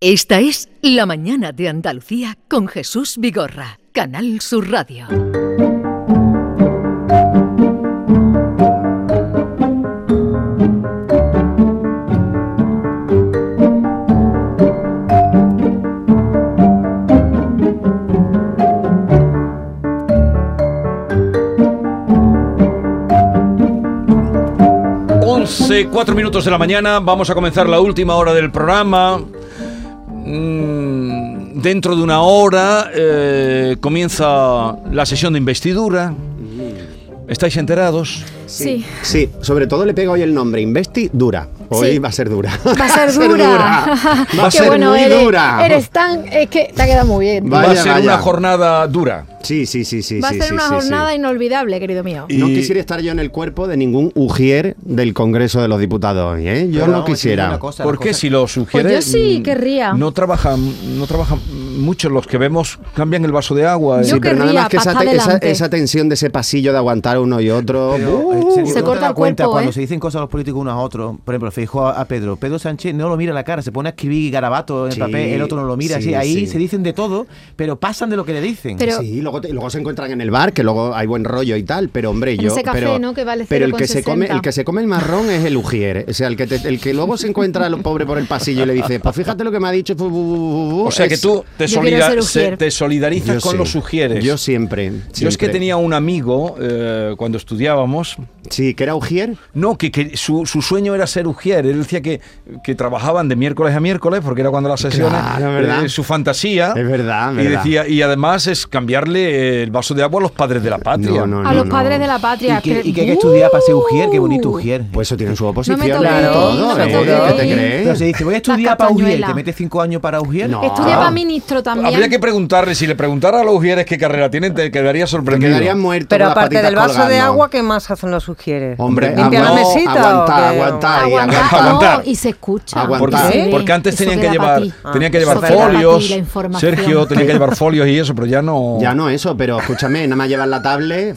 Esta es La Mañana de Andalucía con Jesús Vigorra, Canal Sur Radio. Once, cuatro minutos de la mañana, vamos a comenzar la última hora del programa. Mm, dentro de una hora eh, comienza la sesión de investidura. ¿Estáis enterados? Sí. Sí, sobre todo le pega hoy el nombre Investi dura. Hoy Sí. va a ser dura. Va a ser dura. Va Qué a ser bueno muy eres, dura. Eres tan. Es que te ha quedado muy bien. Va- Vaya, Va a ser una vaya. jornada dura. Sí, sí, sí, sí. Va a sí, ser sí, una sí, sí. jornada inolvidable, querido mío. No Y- quisiera estar yo en el cuerpo de ningún ujier del Congreso de los Diputados, ¿eh? Yo no quisiera. ¿Por qué si lo sugiere? Pues yo sí mm, querría. No trabajan, no trabajan muchos los que vemos, cambian el vaso de agua. Yo eh, Sí, pero nada querría más que esa, pasar te- esa, adelante. esa tensión de ese pasillo de aguantar uno y otro. Pero, ¡buh! en serio, Uh, Se ¿no corta te das el cuenta cuerpo, cuando ¿eh? se dicen cosas los políticos unos a otros. Por ejemplo, Feijóo a, a Pedro. Pedro Sánchez no lo mira a la cara, se pone a escribir garabato en Sí, el papel, el otro no lo mira. sí, así. ahí sí. se dicen de todo, pero pasan de lo que le dicen. Pero- Sí, luego, te- luego se encuentran en el bar, que luego hay buen rollo y tal, pero hombre, En yo. ese café, pero ¿no? Que vale pero el 0,60. que se come, el que se come el marrón es el ujier. O sea, el que te- el que luego se encuentra al pobre por el pasillo y le dice, pues fíjate lo que me ha dicho. fu- fu- fu- fu- fu", O sea que es- tú te, Yo quiero solida- ser se- ujier. te solidarizas Yo con sí. los sugieres. Yo siempre, Yo es que siempre. tenía un amigo eh, cuando estudiábamos, Sí, que era ujier. no, que, que su, su sueño era ser ujier. Él decía que, que trabajaban de miércoles a miércoles porque era cuando las sesiones, eh, Claro, ¿verdad? su fantasía. Es verdad, y verdad. decía y además es cambiarle el vaso de agua a los padres de la patria. No, no, a no, los no. padres de la y, patria. que, y que hay que ¡Uh! estudiar para ser Ujier, qué bonito Ujier. Pues eso tiene su oposición. toquéis, y todo, no me ¿eh? toquéis. ¿Qué te Pero se crees? dice, voy a Las estudiar para Ujier, castañuelas. te metes cinco años para Ujier. No. Estudia Ah. para ministro también. Habría que preguntarle, si le preguntara a los ujieres qué carrera tienen, te quedaría Te sorprendido. quedarías muerto Pero con las aparte patitas del vaso de colgando. agua, ¿qué más hacen los sugieres? Hombre, ¿Limpiar la aguanta, mesita? aguanta, o qué? aguanta. ahí, Aguantar, aguanta. Aguantar. no, y se escucha. Aguantar. Porque, Se ¿Sí? ve. porque antes Eso tenían que queda pa' llevar, ti. Ah, tenían que Eso llevar queda pa' ti, folios. la información. Sergio tenía que llevar folios y eso, pero ya no. Ya no eso, pero escúchame, nada más llevar la tablet.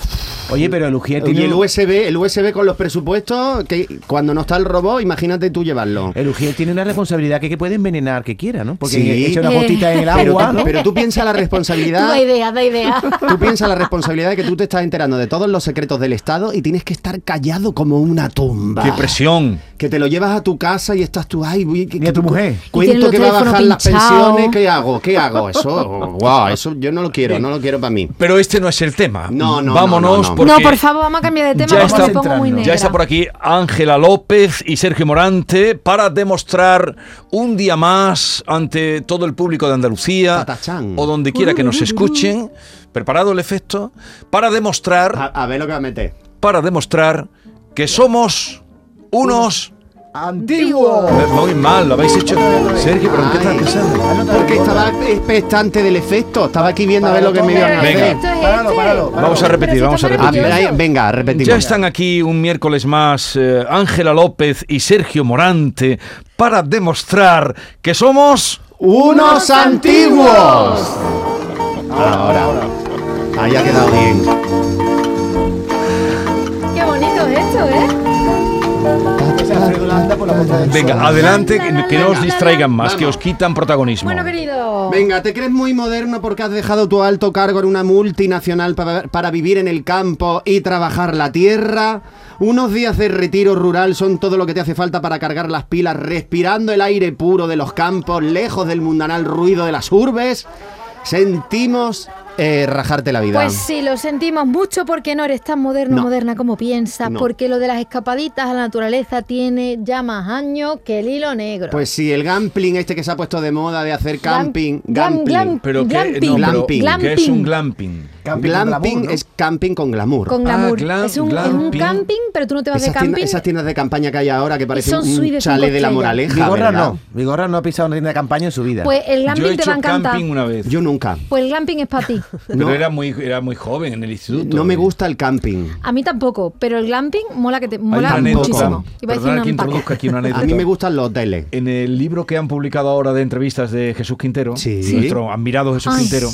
Oye, pero el Ujier Y tiene. el un- USB, el USB con los presupuestos, que cuando no está el robot, imagínate tú llevarlo. El Ujier tiene una responsabilidad que, que puede envenenar que quiera, ¿no? Porque Eh, Sí. echa una Eh. gotita en el Pero, agua, ¿no? pero tú piensas la Tú da responsabilidad. idea, da idea. Tú piensas la responsabilidad de que tú te estás enterando de todos los secretos del Estado y tienes que estar callado como una tumba. ¡Qué presión! Que te lo llevas a tu casa y estás tú, ay, voy, que, Ni a tu cu- mujer. Y tiene Cuento los que va a teléfonos bajar las pinchados. pensiones, ¿qué hago? ¿Qué hago? Eso, guau, eso yo no lo quiero, no lo quiero para mí. Pero este no es el tema. No, no, Vámonos no, no, no. porque no, por favor, vamos a cambiar de tema Ya porque está- me pongo muy negra. ya está por aquí Ángela López y Sergio Morante para demostrar un día más ante todo el público de Andalucía Tatachán. o donde quiera que nos escuchen, preparado el efecto, para A, demostrar, a ver lo que va a meter. para demostrar que somos unos ¡Antiguo! Eh, Muy mal, lo habéis hecho. Sergio, ¿pero en qué estás Ay, Ah, pensando? Porque estaba expectante del efecto, estaba aquí viendo a ver lo que me iban Pero a hacer. esto es Páralo, este. páralo, páralo. Vamos a Pero repetir, si está vamos a repetir. Ah, pero ahí- maravilloso. venga, repetimos. Ya están aquí un miércoles más eh, Ángela López y Sergio Morante para demostrar que somos... ¡Unos antiguos! Ahora, Ahí ha quedado bien. Qué bonito es esto, ¿eh? Venga, adelante, que, que no os distraigan más, Vamos. que os quitan protagonismo. Bueno, querido. Venga, ¿te crees muy moderno porque has dejado tu alto cargo en una multinacional pa- para vivir en el campo y trabajar la tierra? Unos días de retiro rural son todo lo que te hace falta para cargar las pilas, respirando el aire puro de los campos, lejos del mundanal ruido de las urbes. Sentimos eh, rajarte la vida. Pues sí, lo sentimos mucho porque no eres tan moderno No. moderna como piensas, No. porque lo de las escapaditas a la naturaleza tiene ya más años que el hilo negro. Pues sí, el gambling este que se ha puesto de moda de hacer Glam- camping. glam- Gambling. glam- Pero que, Glamping. no, pero Glamping. que es un glamping. Camping con Glamping glamour, ¿no? es camping con glamour. con Ah, glamour. glam- es, un, es un glamping. camping, pero tú no te vas Esas, de tiendas- camping. esas tiendas de campaña que hay ahora que parecen son un suites de chalet cinco de la estrellas. moraleja. Vigorra ¿verdad? no. Vigorra no ha pisado una tienda de campaña en su vida. Pues el glamping Yo he te va a hecho encantar. camping una vez. Yo nunca. Pues el glamping es para ti. Pero No. era muy, era muy joven en el instituto. No me gusta el camping. A mí tampoco, pero el glamping mola que te Hay una mola Tampoco. muchísimo. Iba a decir Perdona un que empaque. introduzca aquí una anécdota. A mí me gustan los hoteles. En el libro que han publicado ahora de entrevistas de Jesús Quintero, Sí. nuestro admirado Jesús Ay. Quintero,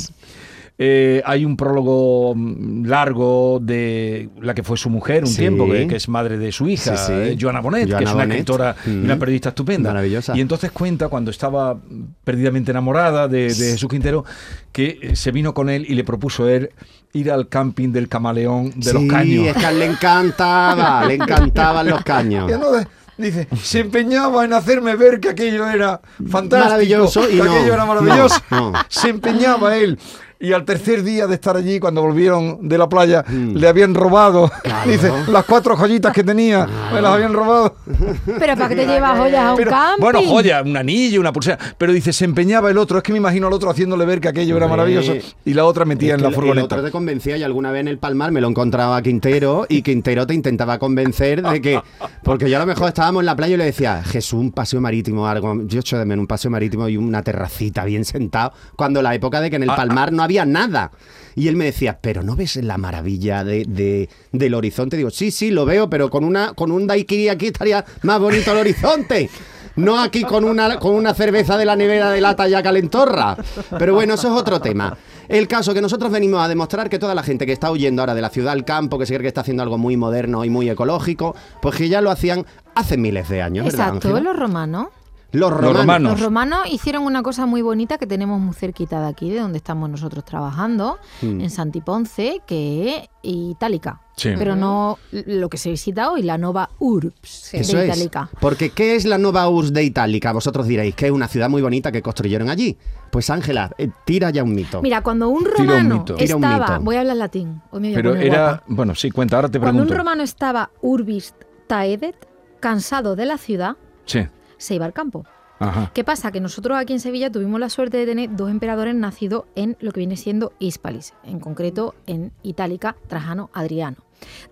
eh, hay un prólogo mm, largo de la que fue su mujer un Sí. tiempo, que, que es madre de su hija, Sí, sí. eh, Joana Bonet, que Joana es una Bonet. escritora y Mm. una periodista estupenda. Maravillosa. Y entonces cuenta cuando estaba perdidamente enamorada de, de Jesús Quintero, que eh, se vino con él y le propuso él ir al camping del camaleón de los Sí, caños. es que a él le encantaba, le encantaban los caños. Ya no de- dice, se empeñaba en hacerme ver que aquello era fantástico, Maravilloso y que no. aquello era maravilloso. No, no. Se empeñaba él. Y al tercer día de estar allí, cuando volvieron de la playa, le habían robado. Mm. Claro. Dice, las cuatro joyitas que tenía, me las habían robado. Pero ¿para qué te llevas joyas a un Pero, camping? bueno, joya, un anillo, una pulsera. Pero dice, se empeñaba el otro. Es que me imagino al otro haciéndole ver que aquello era Hombre. maravilloso. Y la otra Es metía en que la el- El furgoneta. otro te convencía y alguna vez en el Palmar me lo encontraba a Quintero y Quintero te intentaba convencer de que. Porque yo a lo mejor estábamos en la playa y le decía, Jesús, un paseo marítimo, algo. Yo echo de menos un paseo marítimo y una terracita bien sentado. Cuando la época de que en el Ah, Palmar no había nada. Y él me decía, pero ¿no ves la maravilla de, de- del horizonte? Digo, sí, sí, lo veo, pero con, una, con un daiquiri aquí estaría más bonito el horizonte. No aquí con una, con una cerveza de la nevera de lata ya calentorra. Pero bueno, eso es otro tema. El caso que nosotros venimos a demostrar que toda la gente que está huyendo ahora de la ciudad al campo, que se cree que está haciendo algo muy moderno y muy ecológico, pues que ya lo hacían hace miles de años, ¿verdad, Exacto, Ángela? los romanos. Los romanos. romanos. Los romanos hicieron una cosa muy bonita que tenemos muy cerquita de aquí, de donde estamos nosotros trabajando, en Santiponce, que es Itálica. Hmm. Sí. Pero no lo que se visita hoy, la Nova Urbs Eso de es. Itálica. Porque ¿qué es la Nova Urs de Itálica? Vosotros diréis que es una ciudad muy bonita que construyeron allí. Pues Ángela, eh, tira ya un mito. Mira, cuando un Tira un romano mito. Tira un estaba. mito. Voy a hablar latín. Hoy pues me voy a Pero poner era. guapa. Bueno, sí, cuenta, ahora te Cuando un pregunto. romano estaba urbis taedet, cansado de la ciudad, Sí. se iba al campo. Ajá. Ah. ¿Qué pasa? Que nosotros aquí en Sevilla tuvimos la suerte de tener dos emperadores nacidos en lo que viene siendo Hispalis, en concreto en Itálica, Trajano, Adriano.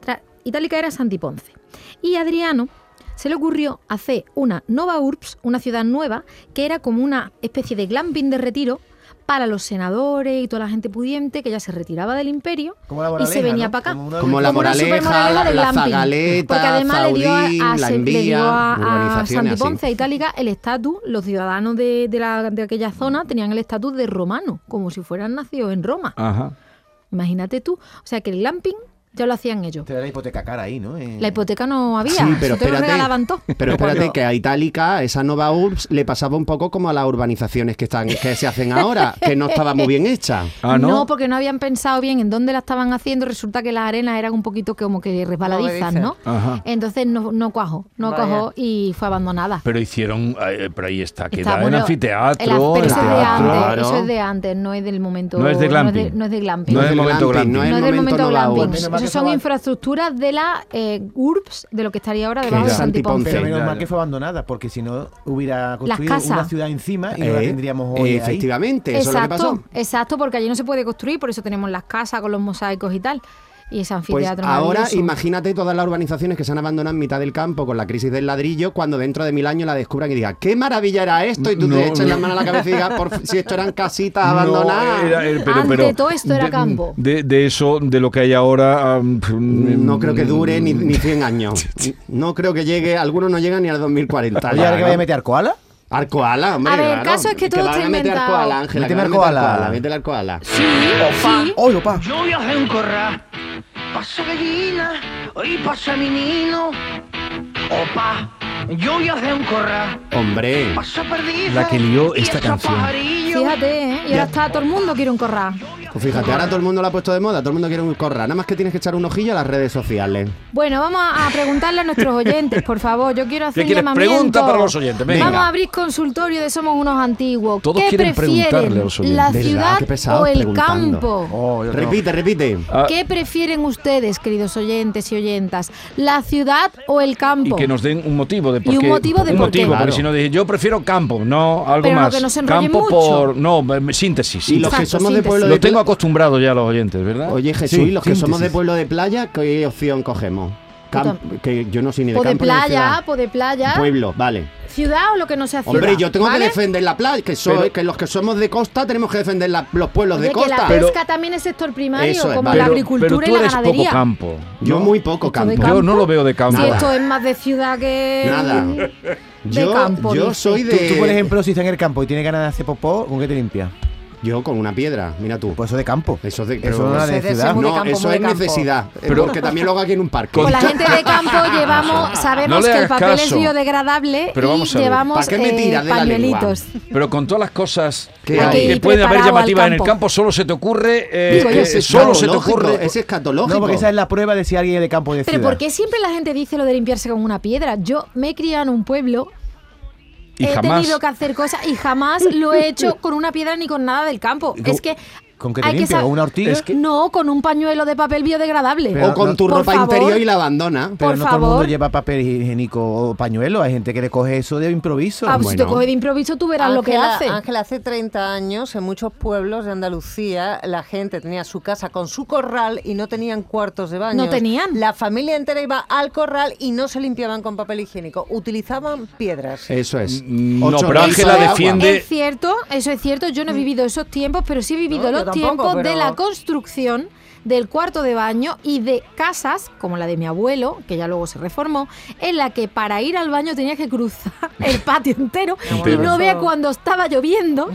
Tra- Itálica era Santiponce. Y a Adriano se le ocurrió hacer una Nova Urbs, una ciudad nueva, que era como una especie de glamping de retiro para los senadores y toda la gente pudiente que ya se retiraba del imperio Como la y moraleja, se venía ¿no? para acá. Como una- Como la una moraleja, supermoraleja del la glamping. zagaleta, Porque además le dio a, a, Zaudín, la se- le dio envía, a- a urbanizaciones así. Santiponce, Itálica, el estatus, los ciudadanos de, de la- de aquella zona tenían el estatus de romano, como si fueran nacidos en Roma. Ajá. Imagínate tú. O sea que el glamping ya lo hacían ellos. Te da la hipoteca cara ahí, ¿no? Eh, La hipoteca no había, Sí, pero eso te lo regalaban espérate, todo. pero espérate que a Itálica esa Nova Urbs le pasaba un poco como a las urbanizaciones que están que se hacen ahora, que no estaba muy bien hecha. Ah, ¿no? porque no habían pensado bien en dónde la estaban haciendo. Resulta que las arenas eran un poquito como que resbaladizas, ¿no? Ajá. Entonces no, no cuajó, no Vaya. cuajó y fue abandonada. Pero hicieron, eh, pero ahí está, queda Está, en bueno, el anfiteatro, af- pero en eso es de teatro. antes, claro. eso es de antes, no es del momento. No es de No es glamping. de, no es de glamping. No es del el momento glamping, No glamping. es No el es del momento momento Nova glamping. Urbs. Menos mal que Esas son estaba- infraestructuras de la eh, URBS, de lo que estaría ahora debajo de Claro. Santiponce. Pero Sí, menos claro. mal que fue abandonada, porque si no hubiera construido casas. una ciudad encima y no la Eh, tendríamos hoy. ahí. efectivamente, eso es lo que Exacto, pasó. exacto, porque allí no se puede construir, por eso tenemos las casas con los mosaicos y tal. Y ese Pues anfiteatro ahora maravilloso. imagínate todas las urbanizaciones que se han abandonado en mitad del campo con la crisis del ladrillo cuando dentro de mil años la descubran y digan qué maravilla era esto y tú No, te eches no. la mano a la cabeza y digas por f- si esto eran casitas No, abandonadas. era- era- pero, Ante pero todo esto era de- campo. De, de eso, de lo que hay ahora. ah, pf, No creo que dure ni, ni 100 años. No creo que llegue, algunos no llegan ni al 2040. Oye, ya, ahora que ¿no? vaya a meter koala. Arcoala, hombre. A ver, el claro. caso es que todo van a está meter inventado. Arcoala, Ángela. que Méteme van a meter Arcoala. Métele Arcoala. Sí, sí. ¡Oye, opa! Yo viajé en corral, pasé gallina y pasé menino. Opa, yo viajé en corral, Hombre. pasé perdiz. La que lió esta canción. Fíjate, ¿eh? Y ahora está todo el mundo quiere un corral. Pues fíjate, ahora todo el mundo lo ha puesto de moda, todo el mundo quiere un corral. Nada más que tienes que echar un ojillo a las redes sociales. Bueno, vamos a a preguntarle a nuestros oyentes, por favor. Yo quiero hacer ¿Qué quieres? llamamiento. Pregunta para los oyentes, venga. Vamos a abrir consultorio de Somos Unos Antiguos. Todos ¿Qué quieren prefieren, preguntarle a los oyentes. la ¿Verdad? ciudad Qué pesados o el preguntando. campo? Oh, yo tengo- Repite, repite. Ah, ¿Qué prefieren ustedes, queridos oyentes y oyentas? ¿La ciudad o el y campo? que nos den un motivo de por Y un qué. motivo de un por motivo, qué. porque Claro. si no dije, yo prefiero campo, no algo Pero no, más. que no se enrollen campo mucho. por. No, eh, síntesis. Y los síntesis. que Exacto, somos de síntesis. pueblo de Lo tengo acostumbrado ya a los oyentes, ¿verdad? Oye, Jesús, Sí, ¿y los que somos de síntesis. pueblo de playa, ¿qué opción cogemos? Cam- que yo no soy ni de o de campo ni playa, ciudad. o de playa, Pueblo, vale. ciudad o lo que no sea ciudad. Hombre, yo tengo ¿vale? que defender la playa, que, soy, Pero- que los que somos de costa tenemos que defender la- los pueblos Oye, de que la costa. Pero- pesca también es sector primario, Eso es, como vale. la pero, agricultura pero tú y la eres ganadería. poco campo. yo muy poco Esto de campo. campo. Yo no lo veo de campo. Si Nada. esto es más de ciudad que Nada. de Yo, campo. yo dice. soy Tú, de. tú, por ejemplo, si estás en el campo y tienes ganas de hacer popó, ¿con qué te limpias? Yo con una piedra, mira tú. Pues eso de campo. Eso de- Eso no era de Eso de ciudad. ser muy no, campo, eso muy es campo. necesidad. eh, Pero- porque también lo hago aquí en un parque. Con- Con la gente de campo llevamos, sabemos No le que el hagas papel es caso. biodegradable Pero vamos y a ver, llevamos ¿para qué me eh, tiras de la pañuelitos. Pero con todas las cosas que, Hay que que ir pueden haber preparado al llamativas en el campo. campo, solo se te ocurre. eh, Digo yo. eh, Ese es solo se te escatológico, ocurre. ese es escatológico. No, porque esa es la prueba de si alguien es de campo o de ciudad. Pero ¿por qué siempre la gente dice lo de limpiarse con una piedra? Yo me he criado en un pueblo, y he jamás. tenido que hacer cosas y jamás lo he hecho con una piedra ni con nada del campo. ¿Y Es con- que ¿Con qué te hay que limpias? sab- ¿Con una ortiga? Es que- no con un pañuelo de papel biodegradable. Pero o con no- tu Por ropa favor. interior y la abandona. Pero por no todo el mundo favor. lleva papel higiénico o pañuelo. Hay gente que le coge eso de improviso. Ah, pues Si te Bueno. coge de improviso, tú verás lo que Ángela- hace. Ángela, hace 30 años en muchos pueblos de Andalucía la gente tenía su casa con su corral y no tenían cuartos de baño. No tenían. La familia entera iba al corral y no se limpiaban con papel higiénico. Utilizaban piedras. Eso es. Mm, Ocho no, pero litros Ángela de agua. defiende- Es cierto, eso es cierto. Yo no he vivido esos tiempos, pero sí he vivido No, los yo tampoco, tiempos de pero- la construcción del cuarto de baño y de casas, como la de mi abuelo, que ya luego se reformó, en la que para ir al baño tenías que cruzar el patio entero y Pero- no vea cuando estaba lloviendo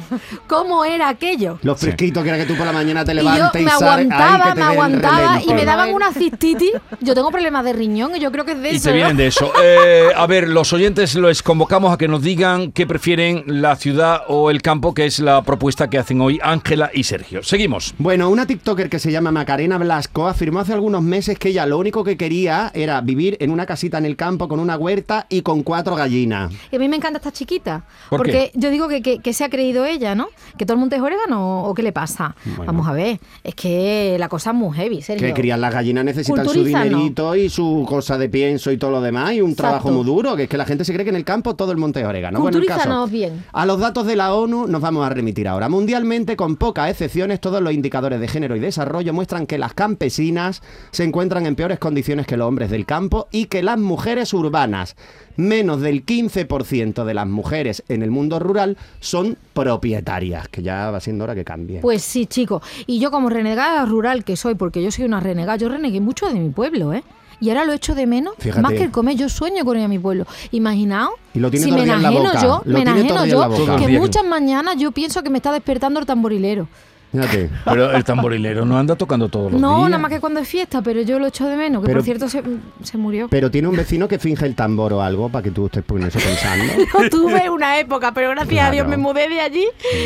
cómo era aquello. Los fresquitos que era que tú por la mañana te Y yo levantes y, me sales. aguantaba, ay, que me te dé el aguantaba y relento. me daban una cistitis. Yo tengo problemas de riñón y yo creo que es de Y eso. te ¿no? vienen de eso. Eh, a ver, los oyentes los convocamos a que nos digan qué prefieren la ciudad o el campo, que es la propuesta que hacen hoy Ángela y Sergio. Seguimos. Bueno, una TikToker que se llama Macarena Blasco afirmó hace algunos meses que ella lo único que quería era vivir en una casita en el campo con una huerta y con cuatro gallinas. Y a mí me encanta esta chiquita. ¿Por porque yo digo que, que- que se ha creído ella, ¿no? Que todo el mundo es orégano o qué le pasa. Vamos a ver, es que la cosa es muy heavy, Sergio. Que crían las gallinas necesitan su Culturízanos. dinerito y su cosa de pienso y todo lo demás y un Exacto. trabajo muy duro, que es que la gente se cree que en el campo todo el monte es orégano. Bueno, el caso- Culturízanos bien. A los datos de la ONU nos vamos a remitir ahora. Mundialmente, con pocas excepciones, todos los indicadores de género y desarrollo muestran que las campesinas se encuentran en peores condiciones que los hombres del campo y que las mujeres urbanas. Menos del 15% de las mujeres en el mundo rural son propietarias, que ya va siendo hora que cambie. Pues sí, chicos. Y yo como renegada rural que soy, porque yo soy una renegada, yo renegué mucho de mi pueblo, ¿eh? Y ahora lo echo de menos, Fíjate. más que el comer, yo sueño con ir a mi pueblo. Imaginaos, Y lo tiene si todo me el día en la enajeno boca. yo, Lo me tiene todo enajeno el día en la boca. boca. que Todo el día. muchas mañanas yo pienso que me está despertando el tamborilero. Fíjate. Pero el tamborilero no anda tocando todos los días. No, nada más que cuando es fiesta, pero yo lo echo de menos, que Pero- por cierto se, se murió. Pero tiene un vecino que finge el tambor o algo para que tú estés poniendo eso pensando. Yo tuve una época, pero gracias a Dios Claro. me mudé de allí.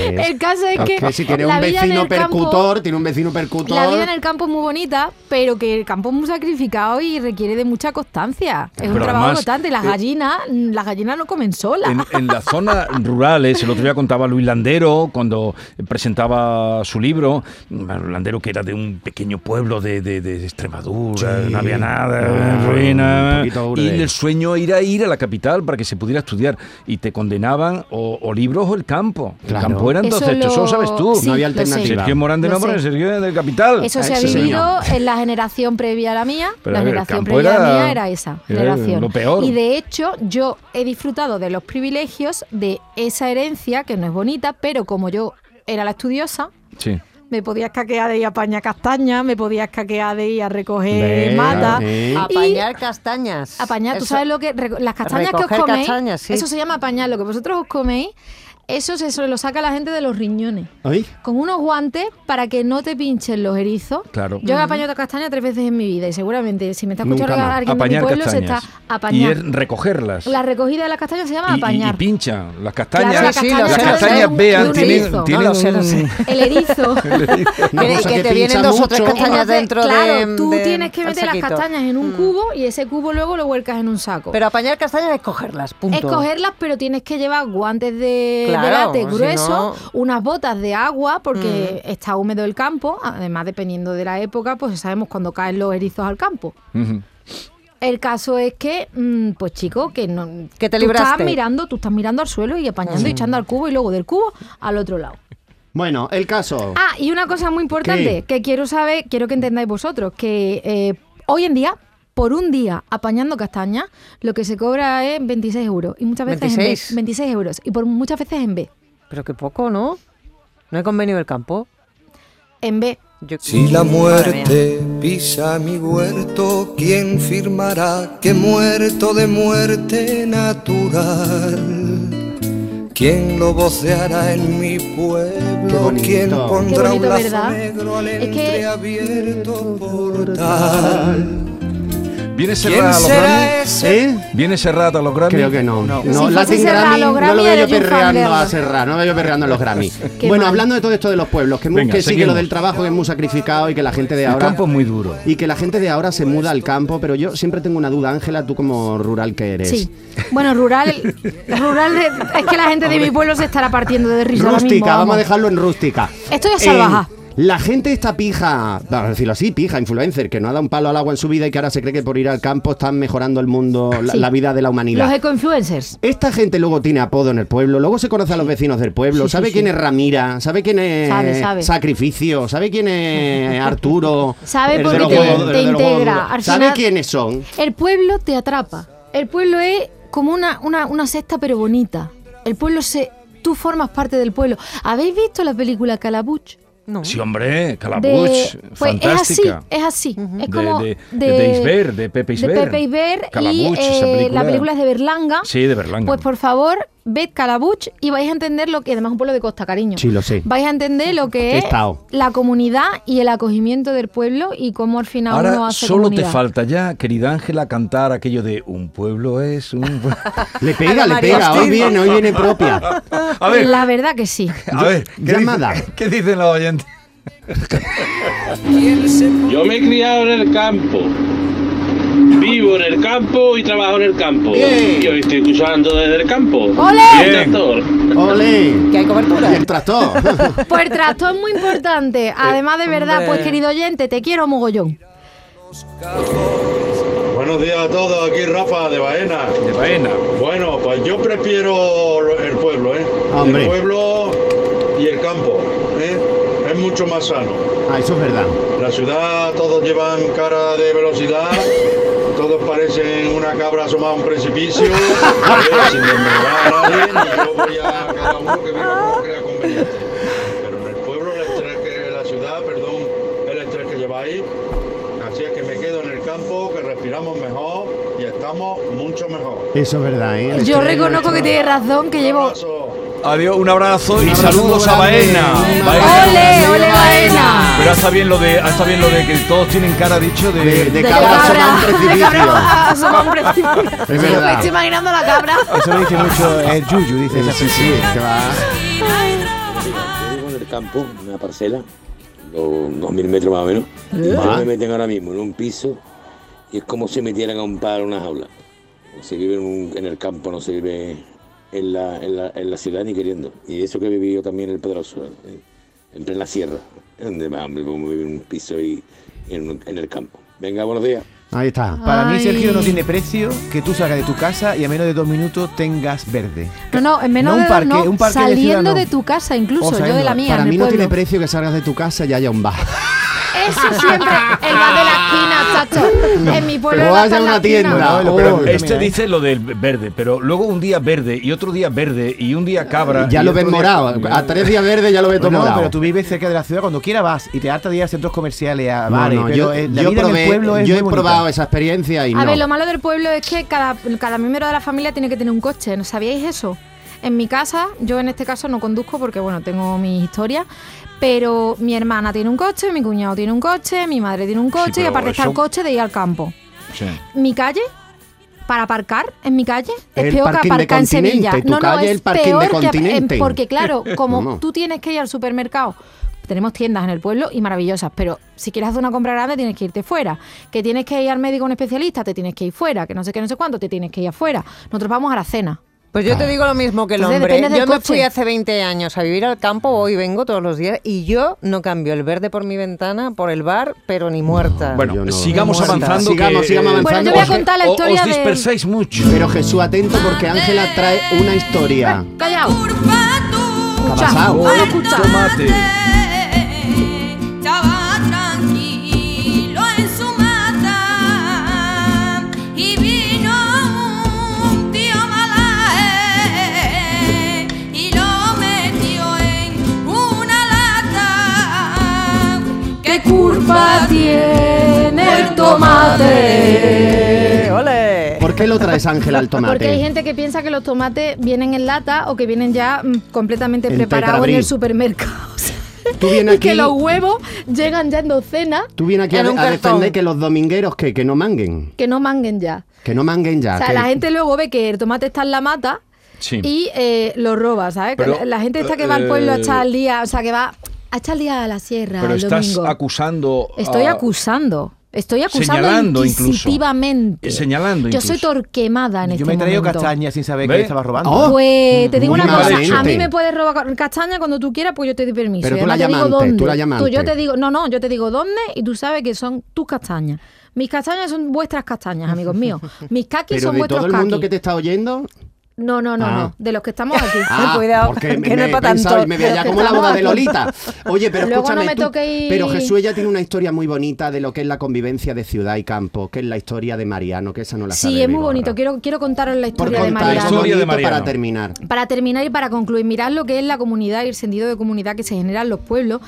¿Ves? El caso es Porque que, si tiene la un vida en vecino el campo- percutor, tiene un vecino percutor. la vida en el campo es muy bonita, pero que el campo es muy sacrificado y requiere de mucha constancia. Es Pero un trabajo además, constante. Y Las eh, gallinas, mm, las gallinas no comen solas. En, en las zonas rurales, el ¿eh? otro día contaba Luis Landero cuando presentaba su libro, bueno, Landero que era de un pequeño pueblo de, de- de Extremadura, Sí. no había nada, Ah, un ruina, poquito y pobre. el sueño era ir a la capital para que se pudiera estudiar, y te condenaban o, o libros o el campo. Claro. El campo era Eso entonces, esto, lo- eso lo sabes tú. sí, No había lo sé. alternativa. Sergio Morán de Lo Nombre, sé. Sergio del Capital. Eso se ha ese señor. vivido en la generación previa a la mía. Ah, Pero, a la ver, el generación campo previa a era- la mía era esa era generación. lo peor. Y de hecho, yo he disfrutado de los privilegios de esa herencia, que no es bonita, pero como yo era la estudiosa, Sí. me podía escaquear de ir a paña castaña, me podía escaquear de ir a recoger Ve, mata. sí. Apañar castañas. Apañar, tú Eso- sabes lo que. reco- Las castañas que os Recoger coméis. castañas, sí. Eso se llama apañar. Lo que vosotros os coméis, eso se se lo saca la gente de los riñones. Ay, Con unos guantes para que no te pinchen los erizos. Claro. Yo he apañado castaña tres veces en mi vida y seguramente si me está escuchando Nunca más. alguien de mi Apañar pueblo castañas. se está Y apañando. es recogerlas. La recogida de las castañas se llama Y- y, y apañar. pinchan las castañas. Claro, las Sí, sí, castañas las las son de castañas un- vean, de un tienen, erizo. tienen No lo sé, no sé. un- El erizo. una Que- cosa que te pincha vienen dos o tres mucho. castañas dentro claro, de- tú de- tienes que al meter las saquito. Mm. castañas en un cubo y ese cubo luego lo vuelcas en un saco. Pero apañar castañas es cogerlas, punto. Escogerlas, pero tienes que llevar guantes de, Claro, de látex si grueso, no- Mm. unas botas de agua, porque está húmedo el campo. Además, dependiendo de la época, pues sabemos cuando caen los erizos al campo. Ujú. El caso es que, mm, pues chico, que no. Que te tú libraste. Estás mirando, tú estás mirando al suelo y apañando y echando al cubo y luego del cubo al otro lado. Bueno, el caso. Ah, y una cosa muy importante que quiero saber, quiero que entendáis vosotros, que eh, hoy en día, por un día apañando castañas, lo que se cobra es 26 euros. Y muchas veces en B. 26. 26 euros. Y por muchas veces en B. Pero que poco, ¿no? No he convenido el campo. En B. Yo- Si la Madre mía. muerte pisa mi huerto, ¿quién firmará que muerto de muerte natural? ¿Quién lo voceará en mi pueblo? Qué bonito. ¿Quién Qué pondrá bonito, un lazo ¿verdad? negro al Es que- entreabierto portal? Viene ¿Quién cerrada a los será Grammy. ese? ¿Eh? Viene cerrada a los Grammy. Creo que no. No, Si Latin fuese Serrat, Grammy, los no Grammy lo veo yo eres un perreando a fanderno. Serrat, no lo veo yo perreando a los Grammy. Qué bueno, mal. hablando de todo esto de los pueblos, que, mu- Venga, que sigue seguimos. lo del trabajo que es muy sacrificado y que la gente de El ahora... campo es muy duro. Y que la gente de ahora se muda al campo, pero yo siempre tengo una duda, Ángela, tú como rural que eres. Sí. Bueno, rural. rural de- es que la gente de mi pueblo se estará partiendo de risa. ahora mismo, Rústica, vamos a vamos. dejarlo en rústica. Esto es salvaja. En- la gente esta pija, vamos a decirlo así, pija, influencer, que no ha dado un palo al agua en su vida y que ahora se cree que por ir al campo están mejorando el mundo, la, Sí. la vida de la humanidad. Los eco-influencers. Esta gente luego tiene apodo en el pueblo, luego se conoce a los vecinos del pueblo, sabe quién es Ramira, sabe quién es Sabe, sabe. Sacrificio, sabe quién es Arturo, Sabe el porque de los te- huevos- te el de los huevos integra. duros. Al Sabe final- quiénes son. El pueblo te atrapa. El pueblo es como una, una, una cesta pero bonita. El pueblo se... Tú formas parte del pueblo. ¿Habéis visto la película Calabuch? No. Sí, hombre, De- Calabuch, pues fantástica. es así, es así. De- Es como de- de Isbert, de Pepe Isbert. De Pepe Isbert Calabuch, y esa eh, película. la película es de Berlanga. Sí, de Berlanga. Pues por favor, ved Calabuch y vais a entender lo que... Además es un pueblo de costa, cariño. Sí, lo sé. Vais a entender lo He que es estado. la comunidad y el acogimiento del pueblo y cómo al final uno Ahora hace solo te comunidad. falta ya, querida Ángela, cantar aquello de un pueblo es un. pueblo". Le pega, le Ana María pega, hoy Ortiz. viene, hoy viene propia. a ver, La verdad que sí. a ver. ¿qué Llamada. dice- ¿Qué dicen los oyentes? Yo me he criado en el campo. Vivo en el campo y trabajo en el campo. Bien. Y hoy estoy escuchando desde el campo. ¡Ole! Bien, Bien. doctor. Ole. Que hay cobertura. Y el tractor. Pues el trastorno es muy importante. Además, de verdad, pues querido oyente, te quiero mogollón. Buenos días a todos, aquí Rafa de Baena. De vaina. Bueno, pues yo prefiero el pueblo, ¿eh? Hombre. El pueblo y el campo, ¿eh? Es mucho más sano. Ah, eso es verdad. La ciudad, todos llevan cara de velocidad, todos parecen una cabra asomada a un precipicio, ¿eh? sin desmejorar a nadie, y yo voy a cada uno que viva como crea conveniente. Pero en el pueblo, el estrés que, la ciudad, perdón, el estrés que lleváis, así es que me quedo en el campo, que respiramos mejor y estamos mucho mejor. Eso es verdad, ¿eh? El Yo estreno, reconozco que esto. tienes razón, que llevo. Abrazo. Adiós, un abrazo y abrazo saludos a grande. Baena. Ole, Baena. ¡Ole, Eh, ole, Baena! Pero está bien lo de, está bien lo de que todos tienen cara dicho de. De, de De cabra cabra. asoma un De precipicio. cabra asoma un precipicio. Este Es Me verdad. estoy imaginando la cabra. Eso lo dice mucho el Yuyu, dice Sí, esa sí, sí, es que va. Yo vivo en el campo, en una parcela, dos dos mil metros más o menos. Y yo me meten ahora mismo en un piso y es como si metieran a un padre en una jaula. Se vive en, un- en el campo, no se vive en la, en, la, en la ciudad ni queriendo. Y eso que he vivido también en el Pedroso, en, en plena sierra, donde más me pongo a vivir en un piso y en, un- en el campo. Venga, buenos días. Ahí está. Para mí, Ay. Sergio, no tiene precio que tú salgas de tu casa y a menos de dos minutos tengas verde. No, no, en menos No, un de dos, parque- no. un parque de ciudad, saliendo no. de tu casa, incluso, yo O de la saliendo. mía, Para en el mí no pueblo. tiene precio que salgas de tu casa y haya un bar. Eso siempre, el bar de la esquina, chacho. En mi pueblo. O el bar haya de la una esquina. tienda. Oh, Bueno, o- pero- Este Mira, ¿eh? dice lo del verde, pero luego un día verde y otro día verde y un día cabra. Ya y lo otro ves día- morado. Ah, A tres días verdes ya lo ves todo Bueno, morado. pero tú vives cerca de la ciudad, cuando quiera vas y te harta de ir a centros comerciales, a No, bares, no, pero yo, eh, la yo vida en probé- el pueblo es yo he muy bonita. probado esa experiencia y A no. ver, lo malo del pueblo es que cada, cada miembro de la familia tiene que tener un coche, ¿no sabíais eso? En mi casa, yo en este caso no conduzco porque, bueno, tengo mi historia, pero mi hermana tiene un coche, mi cuñado tiene un coche, mi madre tiene un coche y pero aparte está eso- el coche de ir al campo. Sí. Mi calle, para aparcar en mi calle, es peor El que parking de aparcar en Continente, Sevilla. tu calle es el parking de peor que- Continente. eh, porque, claro, como Vamos. tú tienes que ir al supermercado, tenemos tiendas en el pueblo y maravillosas, pero si quieres hacer una compra grande tienes que irte fuera. Que tienes que ir al médico a un especialista, te tienes que ir fuera. Que no sé qué, no sé cuánto, te tienes que ir afuera. Nosotros vamos a la cena. Pues yo te digo lo mismo que el Entonces, hombre. depende del Yo me coche. fui hace 20 años a vivir al campo, voy y vengo todos los días y yo no cambio el verde por mi ventana, por el bar, pero ni muerta. Bueno, Yo no- sigamos no, avanzando. sigamos, que, sigamos eh, avanzando. Bueno, yo voy a contar la os- historia Os de- dispersáis mucho. Pero Jesús, atento porque Ángela trae una historia. ¡Callao! ¿Qué ha Ah, pasado? Hoy tomate. ¿Qué culpa tiene el tomate? Eh, ¡Ole! ¿Por qué lo traes, Ángela, al tomate? Porque hay gente que piensa que los tomates vienen en lata o que vienen ya mm, completamente En preparados en tetrabric. el supermercado. Tú vienes y que aquí- los huevos llegan ya en docena, Tú vienes aquí a, en un a defender cartón. que los domingueros que, que no manguen. que no manguen ya. Que no manguen ya. o sea, que- la gente luego ve que el tomate está en la mata Sí. y eh, lo roba, ¿sabes? Que Pero, la, la gente está que va al pueblo a eh, echar el día, o sea, que va a echar el día a la sierra Pero el estás domingo. acusando. a- Estoy acusando. Estoy acusando Señalando incluso. inquisitivamente. Eh, señalando Yo soy incluso. torquemada en Yo este me he traído momento. castañas sin saber ¿Ve? que le estaba robando. Oh. Pues te digo Muy una cosa, malamente. a mí me puedes robar castaña cuando tú quieras, pues yo te doy permiso. Pero Y tú la además te digo llamaste, dónde. tú la llamaste. yo te digo, no, no, yo te digo dónde y tú sabes que son tus castañas. Mis castañas son vuestras castañas, amigos míos. Mis caquis Pero son de vuestros todo el mundo caquis. que te está oyendo. No, no, no, Ah. no, de los que estamos aquí. Ah, cuidado, porque me, que no me es pa' he pensado tanto. y me veía ya como la boda de Lolita. Oye, pero Luego no escúchame me tú- toquéis. Pero Jesús ella tiene una historia muy bonita de lo que es la convivencia de ciudad y campo, que es la historia de Mariano, que esa no la sabe sí, es muy Vigorra. bonito. Quiero, quiero contaros la Por historia de contar La algo Mariano. historia de bonito para Mariano. terminar. Para terminar y para concluir, mirad lo que es la comunidad y el sentido de comunidad que se genera en los pueblos,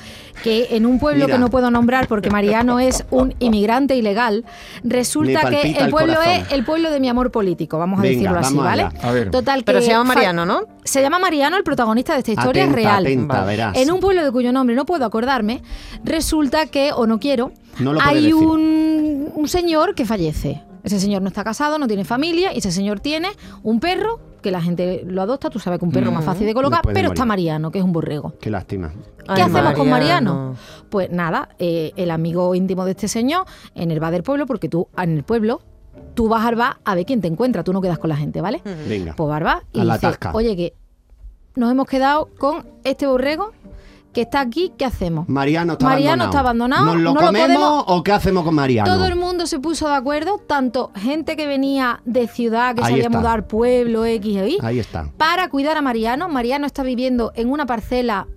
que en un pueblo Mira. que no puedo nombrar porque Mariano es un inmigrante ilegal, resulta Me que palpita el el pueblo corazón. es el pueblo de mi amor político, vamos a Venga, decirlo así, vamos ¿vale? allá. A ver. Total que Pero se llama fa- Mariano, ¿no? Se llama Mariano, el protagonista de esta historia Atenta, real. atenta, verás. En un pueblo de cuyo nombre no puedo acordarme, resulta que, o no quiero, No lo puede hay decir. un, un señor que fallece. Ese señor no está casado, no tiene familia, y ese señor tiene un perro, que la gente lo adopta, tú sabes que un perro es más fácil de colocar, puede pero morir. está Mariano, que es un borrego. Qué lástima. ¿Qué Ay, hacemos con Mariano. Mariano? Pues nada, eh, el amigo íntimo de este señor en el bar del pueblo, porque tú en el pueblo, tú vas al bar a ver quién te encuentra, tú no quedas con la gente, ¿vale? Venga. Pues barba y A la dice, tasca. oye, que nos hemos quedado con este borrego que está aquí, ¿qué hacemos? Mariano está Mariano está abandonado, ¿Nos lo no lo comemos podemos- o qué hacemos con Mariano? Todo el mundo se puso de acuerdo, tanto gente que venía de ciudad, que Ahí se había está. mudado al pueblo, X o Y, Ahí está. para cuidar a Mariano. Mariano está viviendo en una parcela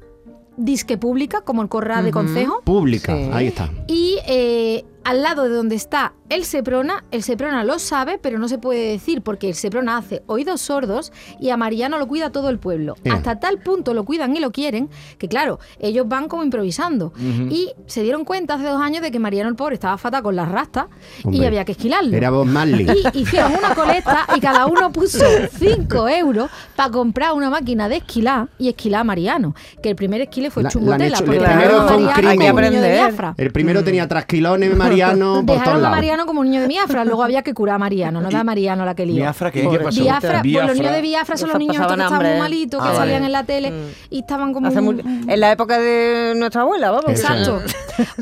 disque pública, como el corral de concejo, Pública, Sí. ahí está. y eh, al lado de donde está el Seprona, el Seprona lo sabe, pero no se puede decir porque el Seprona hace oídos sordos y a Mariano lo cuida todo el pueblo. Eh. Hasta tal punto lo cuidan y lo quieren que, claro, ellos van como improvisando. Y se dieron cuenta hace dos años de que Mariano el pobre estaba fatal con las rastas y Hombre, había que esquilarlo. Era Bob Marley. Y hicieron una colecta y cada uno puso 5 euros para comprar una máquina de esquilar y esquilar a Mariano. Que el primer esquile fue La- la han Chungotela. hecho- porque el trataron primero a fue un Mariano crimen. como un niño de Hay que Biafra. El primero tenía trasquilones, Mariano, por todos Dejaron a lados. Mariano como un niño de Biafra, luego había que curar a Mariano, no era Mariano la que lió. Biafra, ¿qué- qué Pobre. pasó? Biafra, pues Biafra. los niños de Biafra son los Esos niños estos pasaban que estaban muy hambre. malitos, que Ah, vale. salían en la tele Mm. y estaban como... Hace un- Mm. mu- en la época de nuestra abuela, vamos. que- Exacto.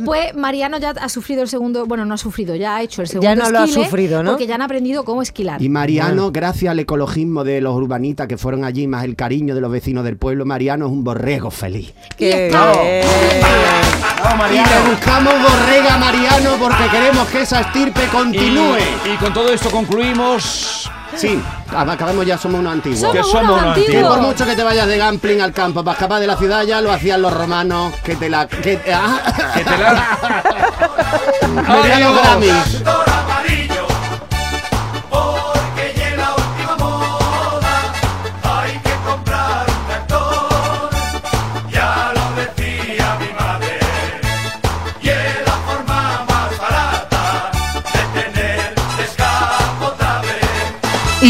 Pues Mariano ya ha sufrido el segundo, bueno, no ha sufrido, ya ha hecho el segundo no lo ha esquile, sufrido, ¿no? Porque ya han aprendido cómo esquilar. Y Mariano, gracias al ecologismo de los urbanitas que fueron allí, más el cariño de los vecinos del pueblo, Mariano es un borrego feliz. Que- está. Y le buscamos borrega a Mariano porque queremos que esa estirpe continúe. Y, y con todo esto concluimos. Sí, ab- acabamos ya, somos unos antiguos. Somos que unos somos unos Que antiguos. antiguos. por mucho que te vayas de Gampling al campo para escapar de la ciudad, ya lo hacían los romanos, que te la... Que, ah, Que te la... Mariano Adiós. Grammy.